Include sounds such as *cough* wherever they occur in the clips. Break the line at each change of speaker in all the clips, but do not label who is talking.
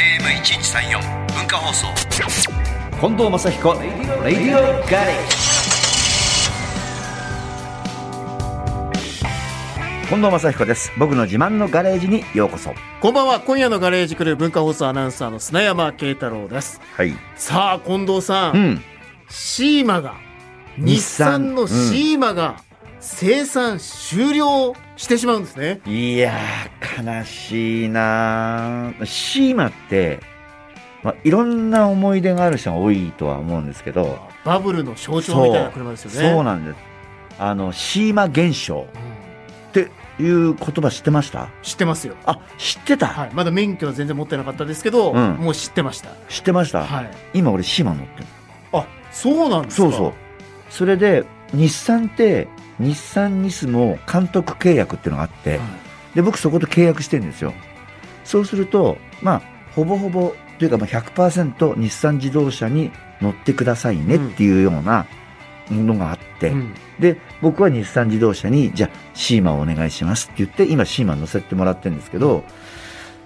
FM916AM1134 文化放送
近藤正彦レディオガレージ近藤正彦です僕の自慢のガレージにようこそ
こんばんは今夜のガレージクルー文化放送アナウンサーの砂山慶太郎です
はい
さあ近藤さん、
うん
シーマが
日
日
産
産のシーマが生産終了してしまうんですね、
いやー悲しいなーシーマって、まあ、いろんな思い出がある人が多いとは思うんですけど
バブルの象徴みたいな車ですよね
そうなんですあのシーマ現象っていう言葉知ってました
知ってますよ
あ知ってた、
はい、まだ免許は全然持ってなかったですけど、
うん
もう知ってました。
知ってました、
はい。
今俺シーマ乗ってる
あ、そうなんですか。
そうそう。それで、日産って、日産ニスモ監督契約っていうのがあって、
はい
で、僕そこと契約してるんですよ。そうすると、まあ、ほぼほぼ、というかまあ100%日産自動車に乗ってくださいねっていうようなのがあって、
うん
で、僕は日産自動車に、じゃあ、シーマをお願いしますって言って、今シーマ乗せてもらってるんですけど、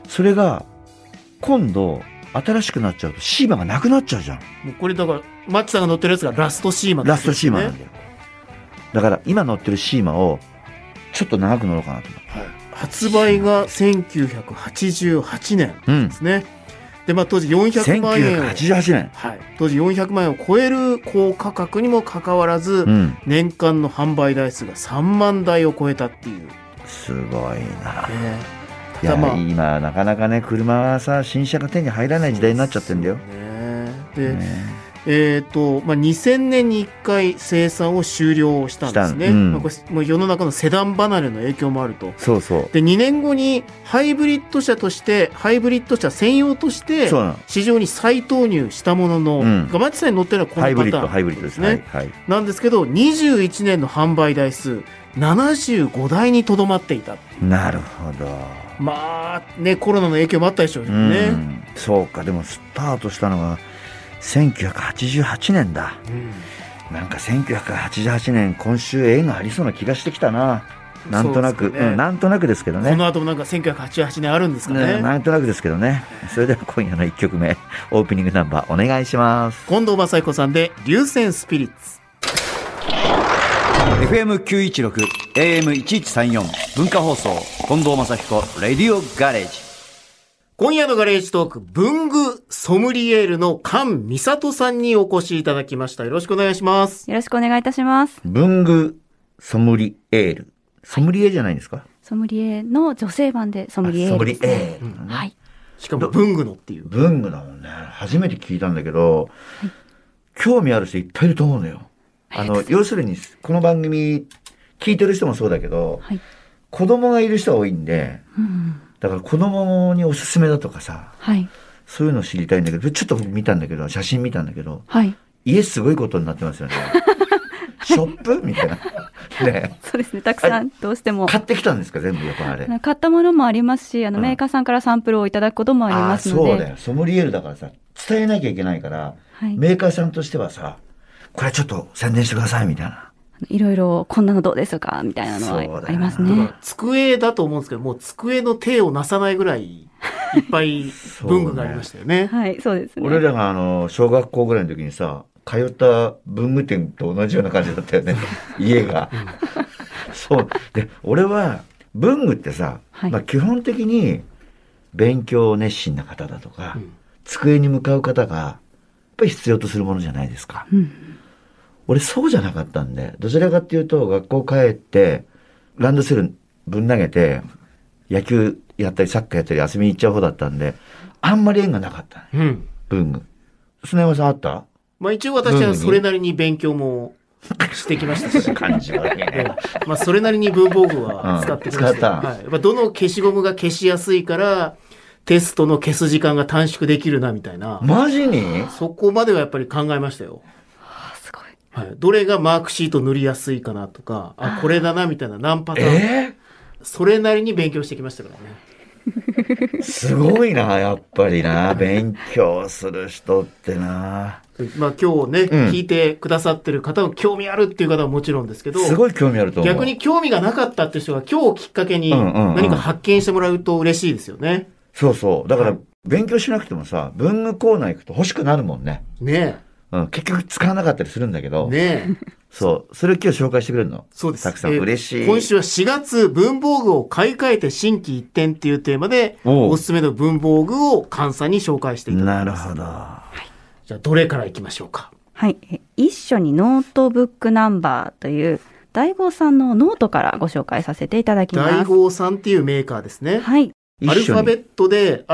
それが、今度、新しくなっちゃうと、シーマがなくなっちゃうじゃん。
もうこれだから、マッチさんが乗ってるやつがラストシーマってこ
ラ
と
スト
です
シー
よね、
マなんだよ。だから今乗ってるシーマをちょっと長く乗ろうかなと思って。
発売が1988年
うん
で。すね。で、まあ当時400万円を。
1988年。
はい、当時400万円を超える高価格にもかかわらず、
うん。
年間の販売台数が3万台を超えたっていう、ね、
すごいな。い
ただ
や、
まあ
今なかなかね、車はさ、新車が手に入らない時代になっちゃってんだよ
そ。うですねで、
ね
えーとまあ、2000年に1回生産を終了したんですね、
したうん
まあこれもう世の中のセダン離れの影響もあると
そうそう。
で2年後にハイブリッド車としてハイブリッド車専用として
そうなの。
市場に再投入したものの、
うん
がマッチさんに乗ってるのはこの
ハイブリ
パ
ッ
タ
ド、ハイ
ー
ブ
ン
リッドです
ね、
ね。はい。はい
なんですけど21年の販売台数75台にとどまっていた
なるほど。
まあねコロナの影響もあったでしょうけ
う
どね、
ん。そうか、でもスタートしたのが1988年だ。
うん
なんか1988年今週映画ありそうな気がしてきたな。なんとな
そ
く、
うです
う
ね
ん、なんとなくですけど
こ
ね。
の後もなんか1988年あるんですか
ね
ね
なんとなくですけどね。それでは今夜の1曲目、オープニングナンバーお願いします。
近藤正彦さんで「流線スピリッツ
FM916AM1134 文化放送近藤正彦レディオガレージ」
今夜のガレージトーク文具ソムリエールの菅美里さんにお越しいただきましたよろしくお願いします
よろしくお願いいたします。
文具ソムリエール。ソムリエじゃないんですか
ソムリエの女性版でソムリエ
あソムリエ
ですね
ールなのね。
はい。
しかも文具のっていう
文具だもんね。初めて聞いたんだけど、興味ある人いっぱいいると思うのよ。あの、要するに、この番組、聞いてる人もそうだけど、
はい。
子供がいる人が多いんで、
うん。
だから子供におすすめだとかさ、
はい。
そういうの知りたいんだけど、ちょっと僕見たんだけど、写真見たんだけど、
はい。
家すごいことになってます
*laughs*
よね。ショップみたいな。ね
そうですね。たくさ
あ
んどうしても。
買ってきたんですか全部やっぱあれ。
買ったものもありますし、あの、
うん
メーカーさんからサンプルをいただくこともあり
あ
ま
あ、
すの
そうだ
で。
よ。ソムリエールだからさ、伝えなきゃいけないから、
はい。
メーカーさんとしてはさ、これちょっと宣伝してくださいみたいな。
いろいろ、こんなのどうですかみたいなの
そうだよ
は
な
ありますね。
机だと思うんですけどもう机の手をなさないぐらいいっぱい文具がありましたよね
はい。そうですね。
俺らがあの、小学校ぐらいの時にさ、通った文具店と同じような感じだったよ
*laughs*
ね。家が。そう。で、俺は、文具ってさ、
はい
まあ基本的に、勉強熱心な方だとか、机に向かう方が、やっぱり必要とするものじゃないですか。
うん。
俺そうじゃなかったんで、どちらかっていうと、学校帰って、ランドセルぶん投げて、野球やったりサッカーやったり遊びに行っちゃう方だったんで、あんまり縁がなかったね、
うん
文具。砂山さんあった
まあ一応私はそれなりに勉強もしてきました
*laughs*
し
感じ悪い
え
ね。
えまあそれなりに文房具は使ってきま
うん
した
使
よ、
った
はいやっぱどの消しゴムが消しやすいからテストの消す時間が短縮できるなみたいな
*laughs* マジに
そこまではやっぱり考えましたよ。
あ、すごい。
はい、どれがマークシート塗りやすいかなとか、あ、これだなみたいな何パターン、
え
それなりに勉強してきましたからね。
すごいな、やっぱりな。勉強する人ってな。
まあ今日ね、
うん
聞いてくださってる方の興味あるっていう方はもちろんですけど、
すごい興味あると思う。
逆に興味がなかったって人が今日をきっかけに
うんうんうん
何か発見してもらうと嬉しいですよね。
そうそう。だか
は
ら
い、
勉強しなくてもさ、文具コーナー行くと欲しくなるもんね。
ね
うん、結局使わなかったりするんだけ
え。
ど、
ねえ。
そう。それを今日紹介してくれるの。
そうです。
たくさん
えー
嬉しい。
今週は4月、文房具を買い替えて新規一転っていうテーマで、
おう
おすすめの文房具を菅さんに紹介していただきます。
なるほど。
じゃあ、どれからいきましょうか。
はい。え一緒にノートブックナンバーという、大悟さんのノートからご紹介させていただきます。
大豪さんっていうメーカーですね。
はい。
一
アルフ
緒
ァベ
に、
ットで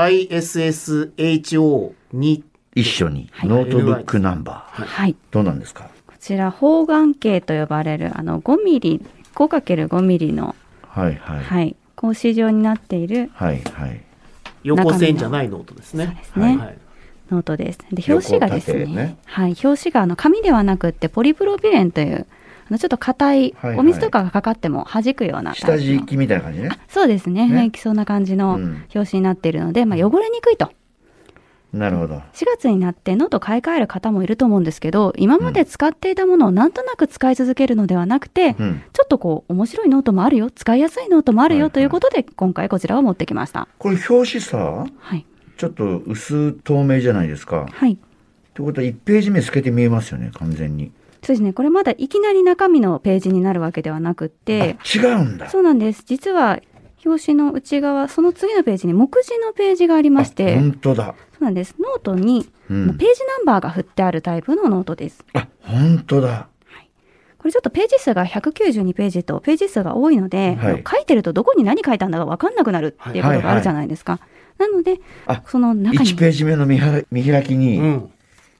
ISSHO に、
一緒に、
はい
ノートブックナンバー。
はい。
どうなんですか
こちら、方眼形と呼ばれる、あの、5ミリ、5×5 ミリの、
はいはい。
はい。格子状になっている
はいはい。
横線じゃないノートですね。
ですね
はい
ノートです。で、
横
表紙がですね、
縦ね
はい、表紙があの紙ではなくってポリプロピレンという、あのちょっと硬い、
はいはい
お水とかがかかっても弾くような
下
タイ
敷
プの。
きみたいな感じね。
そうですね。
ね
はい、いきそうな感じの
うん
表紙になっているので、まあ汚れにくいと。
なるほど。
4月になってノートを買い替える方もいると思うんですけど、今まで使っていたものをなんとなく使い続けるのではなくて、
うん。
ちょっとこう、面白いノートもあるよ、使いやすいノートもある
はいは
よ
い
ということで、今回こちらを持ってきました。
これ表紙さ、
はい。
ちょっと薄透明じゃないですか。
はい。
ってことは1ページ目透けて見えますよね、完全に。
そうですね。これまだいきなり中身のページになるわけではなくって、
あ違うんだ。
そうなんです。実は、表紙の内側、その次のページに目次のページがありまし
あ
て、
本当だ。
そうなんです。ノートに、
う
あの
ん。
ページナンバーが振ってあるタイプのノートです。
あ、本当だ。
これちょっとページ数が192ページとページ数が多いので、
はい
書いてるとどこに何書いたんだか分かんなくなるっていうことがあるじゃないですか。なので
あ、
その中に
1ページ目の見は見開き
う
に、
ん。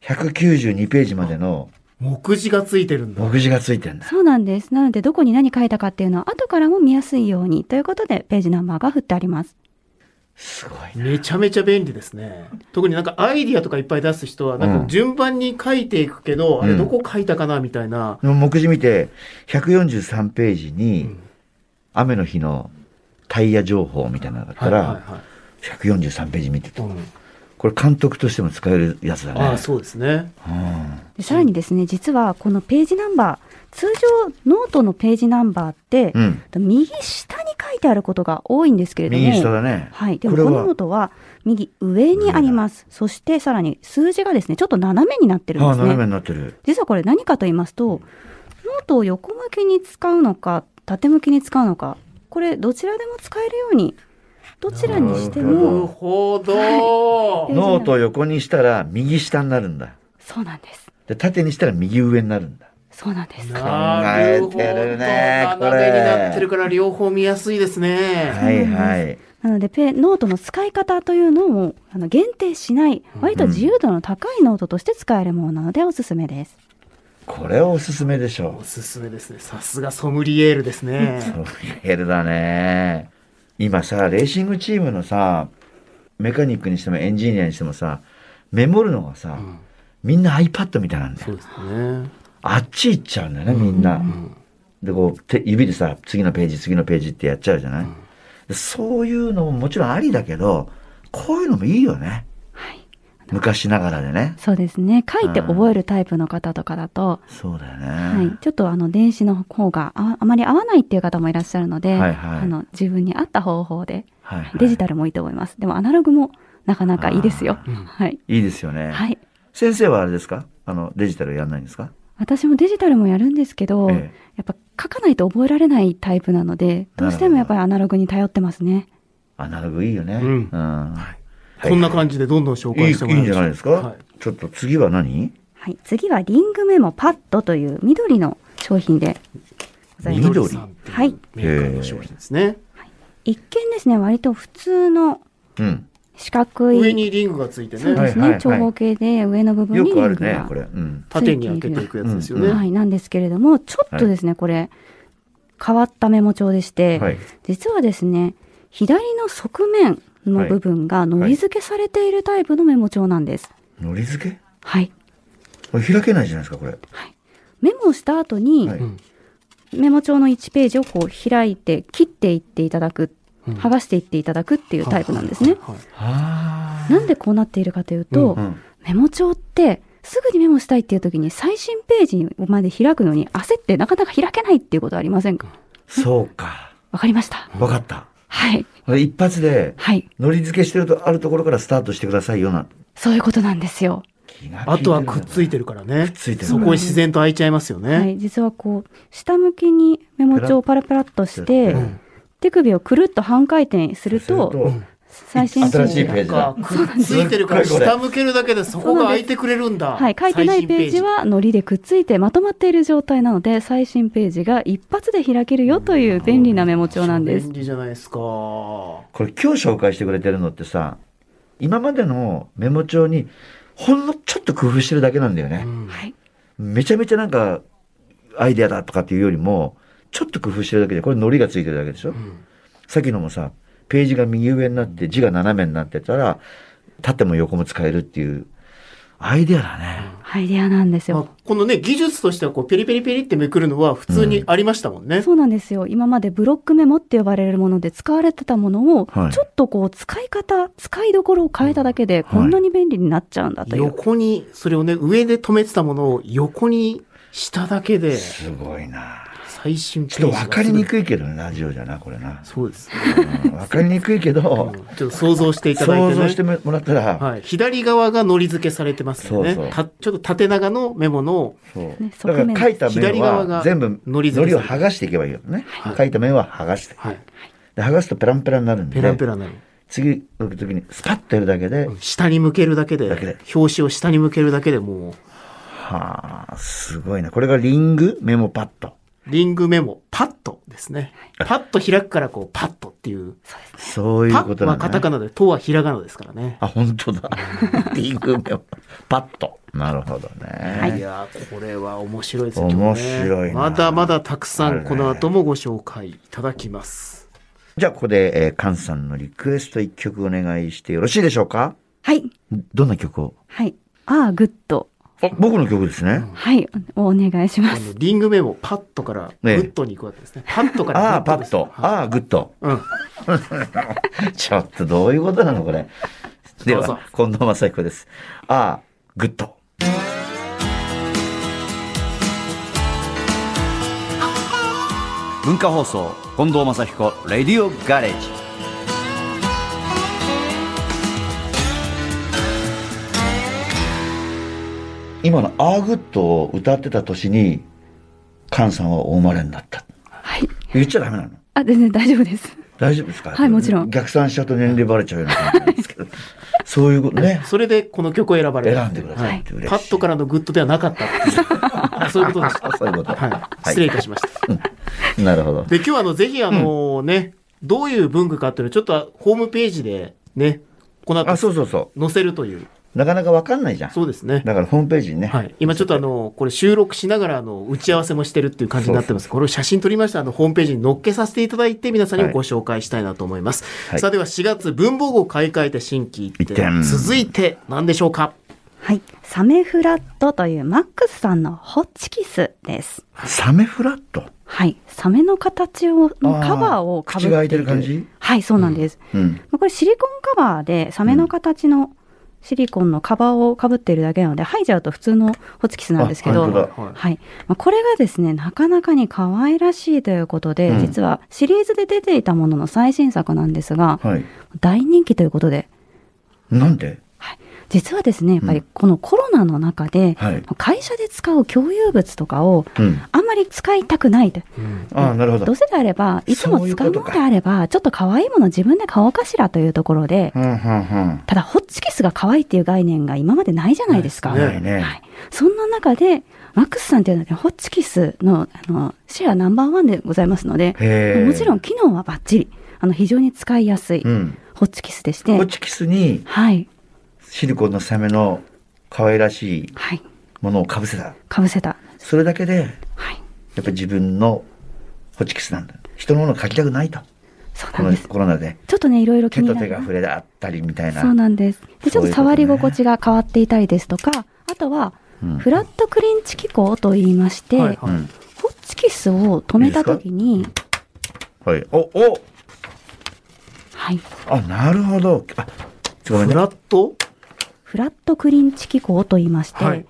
192ページまでの
目次がついてるんだ。
目次がついてんだ。
そうなんです。なのでどこに何書いたかっていうのは後からも見やすいようにということでページナンバーが振ってあります。
すごいな。
めちゃめちゃ便利ですね。特になんかアイディアとかいっぱい出す人は、なん
う
か
ん
順番に書いていくけど、あ
う
れ
ん
どこ書いたかなみたいな。
でも目次見て、143ページ
う
に
ん、
雨の日のタイヤ情報みたいなのがあっ
は
た
い
ら、
は
143ページ見て
い
た
はい。うん
これ監督としても使えるやつだね。
ああ、そうですね。
うん
でさらにですね、実はこのページナンバー、通常ノートのページナンバーって、
うん。
右下に書いてあることが多いんですけれども、
右下だね。
はい、でも
これ
こ
は
のノートは右上にあります。そしてさらに数字がですね、ちょっと斜めになってるん
あ
で
あ、
す
斜め
ね。
になってる。
実はこれ何かと言いますと、ノートを横向きに使うのか、縦向きに使うのか、これどちらでも使えるように、どちらにして
なる
なる
も、
ほど。
い
ノートを横にしたら右下になるんだ。
そうなんです。
で、縦にしたら右上になるんだ。
そうなんです。
なるほど
考えてるねこれ
斜めになってるから両方見やすいですね。
はいはい。
なのでペノートの使い方というのもあの限定しない割と自由度の高いノートとして使えるものなのでおすすめです。
これはおすすめでしょ
おすすめですね。さすがソムリエールですね。
う。 *laughs* ヘルだね。今さ、レーシングチームのさ、メカニックにしてもエンジニアにしてもさ、メモるのがさ、
ん
みんな iPad みたいなんだ
そう
よ。
ですね。
あっち行っちゃうんだよね、みんな。
ん
で、こう手、指でさ、次のページ、次のページってやっちゃうじゃない、でそういうのももちろんありだけど、こういうのもいいよね。
はい、
昔ながらでね。
そうですね書いて覚えるタイプの方とかだと、
そうだよね。
はい、ちょっとあの電子の方がああまり合わないっていう方もいらっしゃるので、
はいはい
あの自分に合った方法で
はいはい
デジタルもいいと思います。でもアナログもなかなかいいですよ。はい、
いいですよね。
はい、
先生はあれですかあの、デジタルやんないんですか
私もデジタルもやるんですけど、
ええ
やっぱ書かないと覚えられないタイプなのでどうしてもやっぱりアナログに頼ってますね。
アナログいいよね。
うん
うん
こんな感じでどんどん紹
いいいいん
介してもらいま
じゃ
しょう
ないですか、
はい
ちょっと次は何
はい、次はリングメモパッドという緑の商品でございます。
緑
さんっていうメーカーの商品ですね。
一見ですね、割と普通の
うん。
四角い、
上にリングがついて
そう
ね、
ですね、
はいはいはい
長方形で上の部分
よ
にリン
くあ
グ
る
が、
ね、これ。うん。
縦に開けていくやつですよ
うん
ね。
はい、なんですけれども、ちょっとですね、これ、変わったメモ帳でして、
はい。
実はですね、左の側面の部分がのり付けされているタイプのメモ帳なんです。
のり付け
はい。
これ開けないじゃないですか、これ。
メモをした後に、
はい
ん
メモ帳の1ページをこう開いて切っていっていただく剥がしていっていただくっていうタイプなんですね。
はい
あ
なんでこうなっているかというと、
んうん
メモ帳ってすぐにメモしたいっていう時に最新ページまで開くのに焦ってなかなか開けないっていうことありませんか
そうか。
わかりました。
わかった。
はい。
一発で、
はい。
のり付けしてるとあるところからスタートしてくださいよな。
そういうことなんですよ。
気が利いてる
あとはくっついてるからね。
くっついてる
そこに自然と開いちゃいますよね。
はい。実はこう、下向きにメモ帳をパラパラっとして
う、
ん
手首をくるっと半回転する
する
と、
と、
最新ペ
新
ー
しい
ジ
ペ
が
ージだ。
くっついてるから
そうなんです
下向けるだけでそこが開いてくれるんだ。
はい、書いてないペー
最
ジ
新
は糊でくっついてまとまっている状態なので最新ページが一発で開けるよという便利なメモ帳なんです
便。利じゃないですか。
これ今日紹介してくれてるのってさ、今までのメモ帳にほんのちょっと工夫してるだけなんだよね。
はい、
めちゃめちゃなんか、アイデアだとかっていうよりも、ちょっと工夫してるだけで、これ糊がついてるだけでしょ、さっきのもさ、ページが右上になって字が斜めになってたら、縦も横も使えるっていう、アイデアだね。
アイデアなんです
まあ
よ。、
このね、技術としてはこう、ペリペリペリってめくるのは普通にありましたもんね。
そうなんですよ。今までブロックメモって呼ばれるもので使われてたものを、
はい
ちょっとこう使い方、使いどころを変えただけでこんなに便利になっちゃうんだという。
横に、それをね、上で止めてたものを横にしただけです
ごいな。
最新ペー
ちょっ
ジ
と
が
分かりにくいけどね、ラジオじゃな、これな。
そうですね。
うん分かりにくいけど
ち、ょっと想像していただい
想
てね。
像してもらったら、
はい、左側がのり付けされてますよね
そうそう
たちょっと縦長のメモの、
そう
ね
だから書いた面
左側
は
が
全部糊
糊付け
を剥がしていけばいいよね。
はい
書いた面は剥がして。
はい、
で剥がすとペランペラになるんで。
ペラペラなの、
次の時にスパッとやるだけで、
下に向けるだけで
だけで
表紙を下に向けるだけでも
はあ、すごいな。これがリングメモパッド。
うリングメモパッとですねパッと開くからこうパッとっていう
そういう
パ
ことな
は
んだ、
カ
ね
タ。カナでとはひらがなですからね、
あ、本当
*laughs*
だ。リングメモパッド。なるほどね。
い、やーこれは面白いですね
面白いな
まだまだたくさ
ある
ん
ね
この後もご紹介いただきます、
じゃあここで、えー、カンさんのリクエスト一曲お願いしてよろしいでしょうか
はい。
どんな曲を
はい。ああ、グッド。
あ僕の曲ですね。
はい。おお願いしま
あの
す。
リングメモパッとからグ
ええ
ッとに行くわけですね、パッとから
ああ、
グ
パ
ッで
ッ
す
ド。
はい
ああ、グッド。
うん
ちょっとどういうことなのこれ。で
どうぞ
は、近藤正彦です。ああ、グッド。
文化放送近藤正彦レディオガレージ
今のアーグッドを歌ってた年に、カンさんは大生まれになった。
はい。
言っちゃダメなの
あ、全然大丈夫です。
大丈夫ですか
はいもちろん
逆算しちゃうと年齢バレちゃうような感じなんですけ
*laughs*
ど。そういうことね。
それでこの曲を選ばれた
選んでくださいって嬉しい
パッドからのグッドではなかったってい
*laughs*
うそういうことでした。
そういうこと。
はい、失礼いたしました。
なるほど。
で今日はあのぜひあのね、どういう文具かっていうのをちょっとホームページでねこの
あ、
後
そうそうそ
載せるという
う。なかなかわかんないじゃん。
そうですね。
だからホームページにね。
はい、今ちょっとあのこれ収録しながらあの打ち合わせもしてるっていう感じになってますこれを写真撮りましたあのホームページに載っけさせていただいて皆さんにもご紹介したいなと思います、
はい
さあでは4月文房具を買い替えて新規一
一点
点続いて何でしょうか
はい。サメフラットというマックスさんのホッチキスです。
サメフラット。
はい。サメの形を、の
あー
カバーをかぶって
口が開いてる感じ
はい、そうなんです。
うん。
これシリコンカバーで、サメの形のシリコンのカバーをかぶっているだけなので、剥いじゃうと普通のホチキスなんですけ
あ
ど、
本当だ
はい
はい。まあこれがですね、なかなかに可愛らしいということで、
うん
実はシリーズで出ていたものの最新作なんですが、
はい。
大人気ということで、
なんで
はい、実はですね、やっぱりこのコロナの中で、
はい
会社で使う共有物とかを、
うん。
あんまり使いたくないと。
ああ、なるほ
ど
ど
う。せであれば、いつも
そういう
使
こ
う
と
も
か
のであれば、ちょっと可愛いもの自分で買おうかしらというところで
う、ん、うん、うん。
ただ、ホッチキスが可愛いっていう概念が今までないじゃないですか。
ない
ですね
はい。そんな中で、マックスさんっていうのはね、ホッチキスの、あの、シェアナンバーワンでございますので、
へえ。
もちろん。機能はバッチリ、あの、非常に使いやすい、
うん。
ホッチキスでして
ホ、チキスに
はい。
シリコンのサメの可愛らしい
はい。
ものをかぶせた。
かぶせた。
それだけで、
はい。
やっぱ自分のホチキスなんだ。人のものを書きたくないと。
そう
こ
なん
の
です。
コロナで。
ちょっとね、いろいろ気
手
にな
と
る。
手が触れ合ったりみたいな。
そうなんです。で、ちょっと触り心地が変わっていたりですとか、あとは、フラットクリンチ機構と言いまして、
はいは
う
い
ん。
ホッチキスを止めた時に、
はい。お、お
はい。
あ、なるほど。あ、ごめん
フ
ね。
ラット
フラットクリンチ機構と言いまして、
はい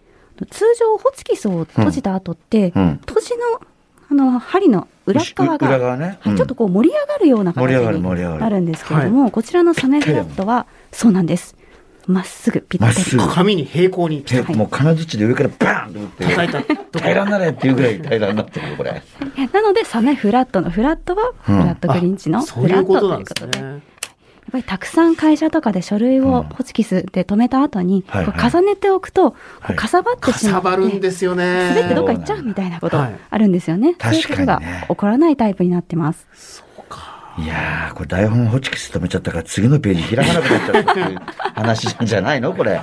通常ホチキスを閉じた後って、
うん。
閉じのあの針の裏側が、
裏側ね。
はい
うん
ちょっとこう盛り上がるような形
盛り上がる盛り上が
に
る
なるんですけれども、こちらのサメフラットはそうなんです。まっすぐぴったり
まっすぐ
紙に平行にピ
へ
タッ
はい
もう金槌で上からバーンって打って、
叩いたと
平らになれっていうぐらい平らになってるよ、これ。
なのでサメフラットのフラットはフラットグリンチの
あそう
フ
い
ラ
う
ット
こととないん
う
で
こと
す
で、やっ
ね。
ぱりたくさん会社とかで書類
うん
をホチキスで留めた後に、
はい
こ
はいう
重ねておくと、こ
はいう
かさばって
か
しま
さ
って、
ばるんですよね。
滑ってどっか行っちゃうみたいなこと
はい
あるんですよね。
確かにね
そういうことが起こらないタイプになってます。
そうか。
いやー、これ台本ホチキス止めちゃったから次のページ開かなくなっちゃったっていう話なんじゃないのこれ。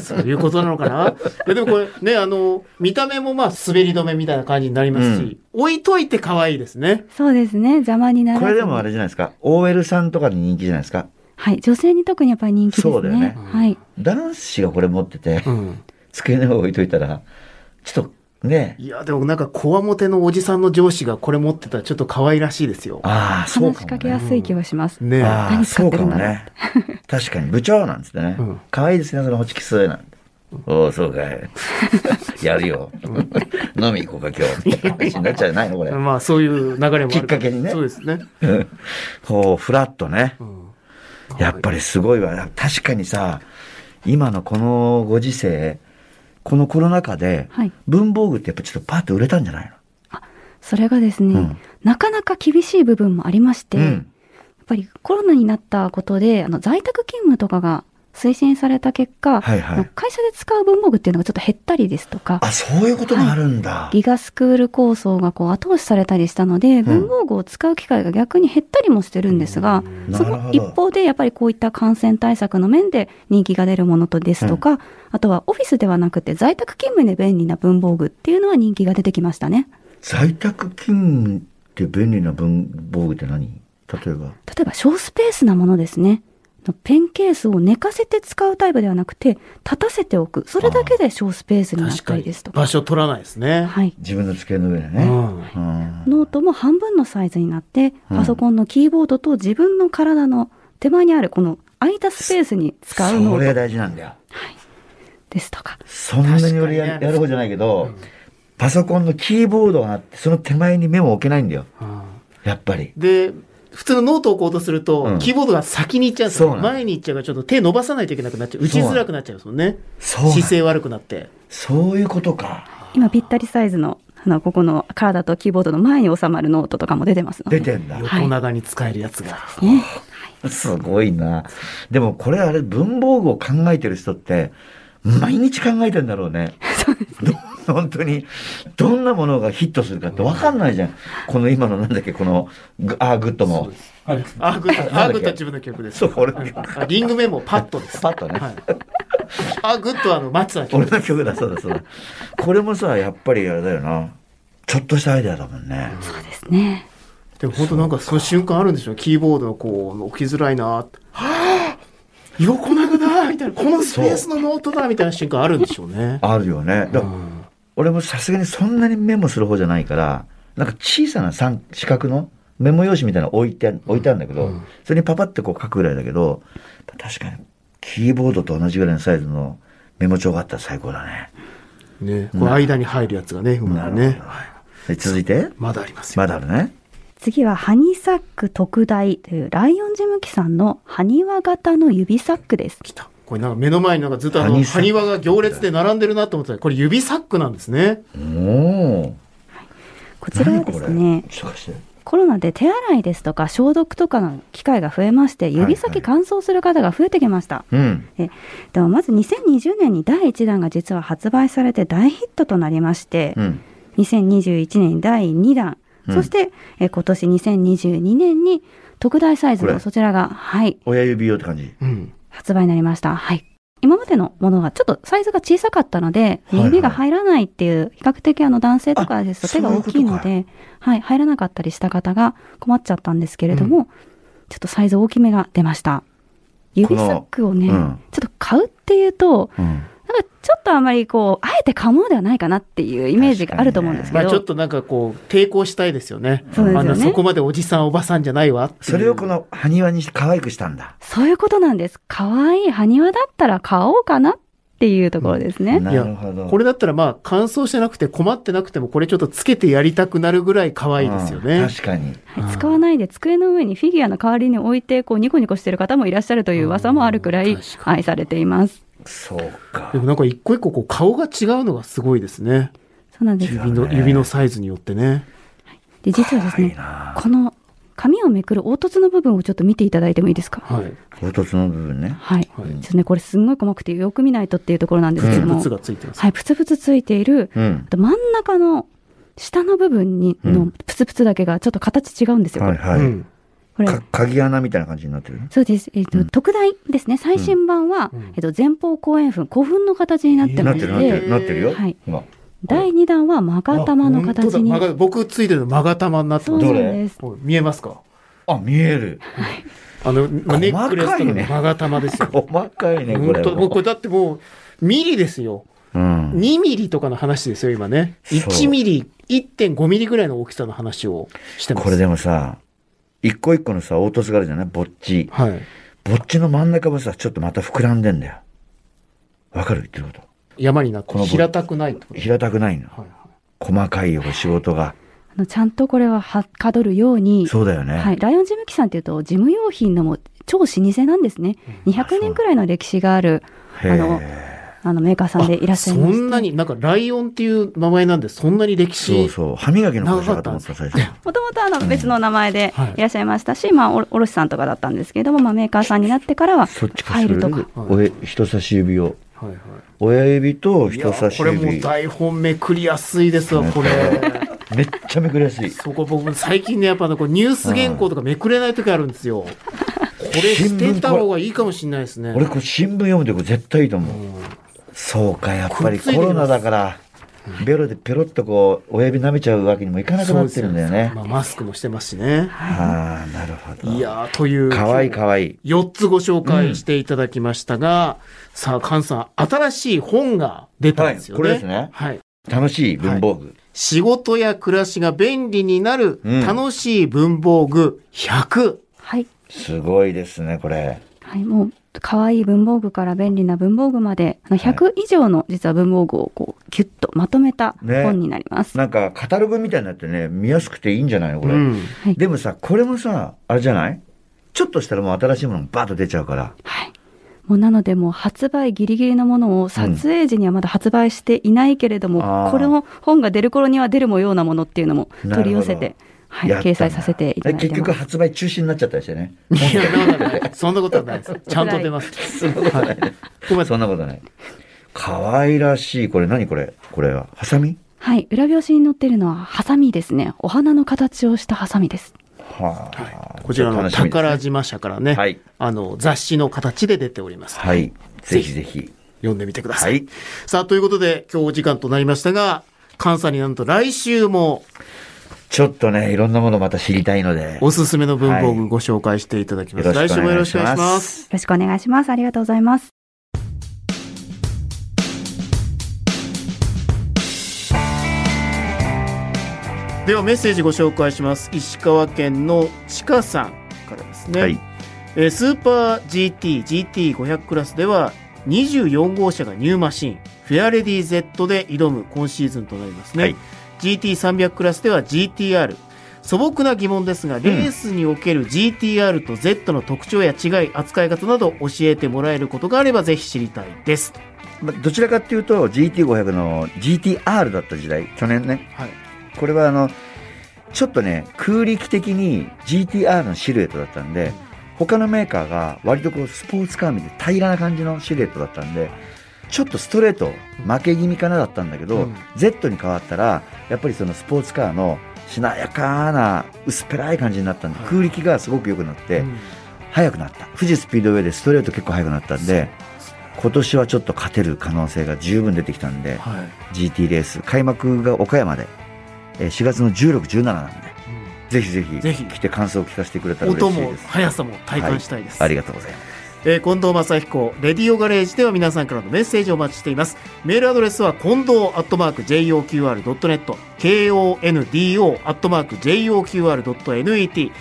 そういうことなのかな。いやでもこれね、あの、見た目もまあ滑り止めみたいな感じになりますし、置いといて可愛いですね。
そうですね。邪魔にならず
*laughs* こ
に
れでもあれじゃないですか。OL さんとかに人気じゃないですか。
はい。女性に特にやっぱり人気ですね。
そうだよね
はい。
男子がこれ持ってて *laughs*
う、ん。
机の上置いといたら、ちょっとね、
いや、でもなんか、こわもてのおじさんの上司がこれ持ってたらちょっと可愛らしいですよ。
ああ、そう
話
か
し
も
かけ
ね
や。すい気はします。
ねえ。
ああ、
何使
そう
って
か
るん
も
だろう
ね。確かに、部長なんですね
うん。
可愛いですね、そのホチキス。なんておお、そうかい。 *laughs* やるよ。飲み行こうか、今日。みたいな話になっちゃうじゃないの、これ。
まあ、そういう流れもある
きっかけにね
そうですね。
ほう、フラットね。
うん
やっぱりすごいわ。確かにさ、今のこのご時世、このコロナ禍で
はい、
文房具ってやっぱちょっとパーッと売れたんじゃない
それがですね、
うん
なかなか厳しい部分もありまして、
のう
やっ
ん。
ぱりコロナになったことで、あの、在宅勤務とかが推進された結果、
はいはい
あの会社で使う文房具っていうのがちょっと減ったりですとか、
あ、そういうこともあるんだ。
ギガスクール構想がこう後押しされたりしたので、文房具を使う機会が逆に減ったりもしてるんですが、
うん
そ
なるほど
の一方でやっぱりこういった感染対策の面で人気が出るものとですとか、あとはオフィスではなくて在宅勤務で便利な文房具っていうのは人気が出てきましたね。
在宅勤務って便利な文房具って何例えば。
例えば小スペースなものですね。ペンケースを寝かせて使うタイプではなくて、立たせておく。それだけで小スペースになっ
確
た
か
り
に
ですと。か。
場所取らないですね。
はい。
自分の机の上で
う
ね。
ん。
うん。
ノートも半分のサイズになって、
うん
パソコンのキーボードと自分の体の手前にあるこの空いたスペースに使う
そ
の
れが大事なんだよ。
ですとか。
そんなに俺や,、
確かにね
やる方じゃないけど、パソコンのキーボードがあって、その手前に目も置けないんだよ。
うん
やっぱり。
で、普通のノートを置こうとすると、
うん
キーボードが先に行っちゃうんですよ
そうなの
前に行っちゃうから、ちょっと手伸ばさないといけなくなっちゃう。打ちづらくなっちゃいますもんね。
そうなん
姿勢悪くなって。
そういうことか。
今ぴったりサイズの、あの、ここの体とキーボードの前に収まるノートとかも出てますので。
出てんだ。
はい
横長に使えるやつ *laughs* が。
ね。
すごいな。でもこれあれ、文房具を考えてる人って、毎日考えてんだろうね。ど本当に、どんなものがヒットするかって分かんないじゃん。この今のなんだっけ、この、グあーグッドも。
あ、グ
なんだ
ッド、
っけ
あ、グッドは自分の曲です。
そう俺の
あリングメモ、パッドです。
パッドね
はい。あ、グッドはあの、松明
俺の曲だ、そうだ、そうだ。これもさ、やっぱりあれだよな。ちょっとしたアイデアだもんね。
そうですね。
でも本当なんかその瞬間あるんでしょキーボードがこう、置きづらいなはぁ横長だみたいな、このスペースのノートだみたいな瞬間あるんでしょうね。
あるよね。だ
うん
俺もさすがにそんなにメモする方じゃないから、なんか小さな三四角のメモ用紙みたいなの置いて、置いてあるんだけど、
うん
それにパパってこう書くぐらいだけど、確かにキーボードと同じぐらいのサイズのメモ帳があったら最高だね。
ね、こう間に入るやつがね、うまい
なる
ね
ほ。どで続いて、
まだありますよ。
まだあるね。
次は、ハニーサック特大というライオンジムキさんのハニワ型の指サックです。
来た。これなんか目の前になんかずっとあの、
埴輪サック
埴輪が行列で並んでるなと思ってたらこれ指サックなんですね。
おお。
こちらは
何
で
これ
すね、
ちょっと貸して
コロナで手洗いですとか消毒とかの機会が増えまして、指先乾燥する方が増えてきました。
うん。
えでもまず2020年に第1弾が実は発売されて大ヒットとなりまして、
うん。
2021年に第2弾、
うん
そしてえ今年2022年に特大サイズ
これ
のそちらが、はい、
親指用って感じ。
うん。
発売になりました。はい。今までのものがちょっとサイズが小さかったので、
はいはい
指が入らないっていう、比較的あの男性とかですと
あ
手が
そういう
大
こと
きいので、はい、入らなかったりした方が困っちゃったんですけれども、ちょっとサイズ大きめが出ました。指サックをね、
うん
ちょっと買うっていうと、
うん。
なんかちょっとあまりこう、あえて買うものではないかなっていうイメージがあると思うんですけ
ま
ど。
あちょっとなんかこう、抵抗したいですよね。
そうですよね
あの、そこまでおじさんおばさんじゃないわっていう
それをこの埴輪に可愛くしたんだ。
そういうことなんです。可愛い埴輪だったら買おうかなっていうところですね。
なるほど。
これだったらまあ乾燥してなくて困ってなくてもこれちょっとつけてやりたくなるぐらい可愛いですよ
う
ね
ん。確かに。
はい使わないで机の上にフィギュアの代わりに置いて、こうニコニコしてる方もいらっしゃるという噂もあるくらい愛されています。
そうか
で。もなんか一個一個こう顔が違うのがすごいですね。
そうなんです。
指の、
ね
指のサイズによってね。
で、実はです
いい
ね、
な
この紙をめくる凹凸の部分をちょっと見ていただいてもいいですか
はい。
凹凸の部分ね。
はい。
はい
ちょっとね、これすんごい細くてよく見ないとっていうところなんですけども。
物がついてます。
はい、プツプツついている、
うん
あ。と真ん中の下の部分に、
う
の
ん
プツプツだけがちょっと形違うんですよ。こ
はい
れ
はい。
うん。
これ
か鍵穴みたいな感じになってる
そうです。えっ、と、特大ですね。最新版は、
うん
えっ、と、前方後円墳、古墳の形になって
な
ま
って
し
るなってる
て、
なってるよ。
はい
今。
第2弾はマガ玉の
本当だ
形に。
まが僕ついてるのマガ玉になって
そ
ま
う
す。
なん
どれ
です。
おい見えますか
あ、見える。
あの、まあネックレ
細か
スとか
い
の
ね
マガ玉です *laughs* よ。
細かいね、こ
本
れ
当もうこれ
も。
だってもう、ミリですよ。
うん。
2ミリとかの話ですよ、今ね。
そう
1ミリ、1.5ミリぐらいの大きさの話をしてます。
これでもさ、一個一個のさ、凹凸があるじゃないぼっち。
はい。
ぼっちの真ん中もさ、ちょっとまた膨らんでんだよ。わかる言ってること。
山になって
この
平たくないってこと
平たくないの。
はいは
細かいよ、仕事が。
あのちゃんとこれははかどるように、
そうだよね。
はい、ライオンジムキさんっていうと、事務用品のもう超老舗なんですね。200年くらいの歴史がある、
へ
あの、
え。
あのメーカーさんでいらっしゃい
そ
まして
んなに、なんかライオンっていう名前なんで、そんなに歴史。
そうそう。歯磨きの会社かと思った、最初。
もともとあの別の名前で
はい
いらっしゃいましたし、まあ、お卸さんとかだったんですけれども、まあ、メーカーさんになってからは、フ
そっちか
ァイルとか。
それおえ人差し指を。
はいはい。
親指と
い
人
や
差し
これもう
指。
台本めくりやすいですわ、これ。
めっちゃめくりやすい。
そこ僕、最近ね、やっぱあのこうニュース原稿とかめくれない時あるんですよ。これ捨てた方がいいかもしれないですね。
俺これ新聞読むとこ絶対いいと思う、そうかやっぱりコロナだからベロでペロッとこう親指舐めちゃうわけにもいかなくなってるんだよね
まあ、マスクもしてますしね。
ああなるほど
いやーという。
かわいいかわいい
4つご紹介していただきましたが、さあ、菅さん、新しい本が出たんですよね。
はいこれですね
はい。
楽しい文房具、
仕事や暮らしが便利になる
うん
楽しい文房具100。
はい。
すごいですねこれ
はい、もう、可愛い文房具から便利な文房具まで、あの100以上の実は文房具をこう、ギュッとまとめた
ね
本になります。
なんかカタログみたいになってね見やすくていいんじゃないのこれ、
うん
はい
でもさこれもさあれじゃないちょっとしたらもう新しいものもバーッと出ちゃうから
はい。もうなので、もう発売ギリギリのものを撮影時にはまだ発売していないけれども、
あー
これも本が出る頃には出るもようなものっていうのも取り寄せ
なる
て、はい、
やったんだ
掲載させていただいて
結
ます。
局発売中止になっちゃったりしてね
いや、そんなことはないそんなことはな
*laughs*
いです。ちゃんと出ます。
そんなことないね。 *laughs* そんなことない。可愛らしい。これ何これこれは。ハサミ
はい、裏表紙に載ってるのはハサミですね。お花の形をしたハサミです。
はあ、
こちらの
楽しみですね
宝島社からね、
はい
あの、雑誌の形で出ております。
はい。ぜひぜひ。
読んでみてくださ。
はいい。
さあ、ということで、今日お時間となりましたが、菅さんになんと来週も
ちょっとね、いろんなものまた知りたいので。
おすすめの文房具ご紹介していただきます。
はい
来週もよろしくお願いし
よ
ま
ろ
す。
よろしくお願いします。ありがとうございます。
ではメッセージご紹介します石川県のちかさんからですね、
はい。
えースーパー GTGT500 クラスでは24号車がニューマシンフェアレディ Z で挑む今シーズンとなりますね、
はい
GT300 クラスでは GTR 素朴な疑問ですが、レースにおける GTR と Z の特徴や違い、扱い方など教えてもらえることがあればぜひ知りたいです。
まどちらかっていうと、GT500 の GTR だった時代、去年ね。
はい。
これはあの、ちょっとね、空力的に GTR のシルエットだったんで、他のメーカーが割とこうスポーツカー見て平らな感じのシルエットだったんで、ちょっとストレート、負け気味かなだったんだけど、
うん
Z に変わったら、やっぱりそのスポーツカーのしなやかな薄っぺらい感じになったんで、
はい
空力がすごく良くなって、
うん
速くなった。富士スピードウェイでストレート結構速くなったんで、今年はちょっと勝てる可能性が十分出てきたんで、
はい。
GT レース開幕が岡山でえー4月の16、17なんでぜひぜひ
ぜひ
来て感想を聞かせてくれたら嬉
音
しい
も
です
速さも体感したいです。
ありがとうございます
えー近藤正彦レディオガレージでは皆さんからのメッセージをお待ちしていますメールアドレスは近藤アットマーク JOQR.net KONDO アットマーク JOQR.net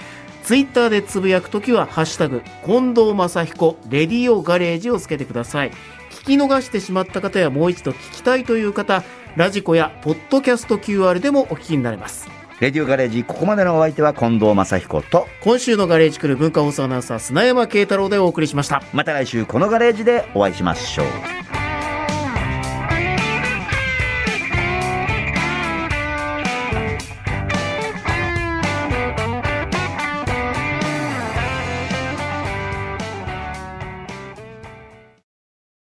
ツイッターでつぶやくときは「ハッシュタグ近藤正彦レディオガレージ」をつけてください聞き逃してしまった方やもう一度聞きたいという方ラジコやポッドキャスト QR でもお聞きになれます
レディオガレージ、ここまでのお相手は近藤正彦と、
今週のガレージクル文化放送アナウンサー砂山慶太郎でお送りしました
また来週このガレージでお会いしましょう。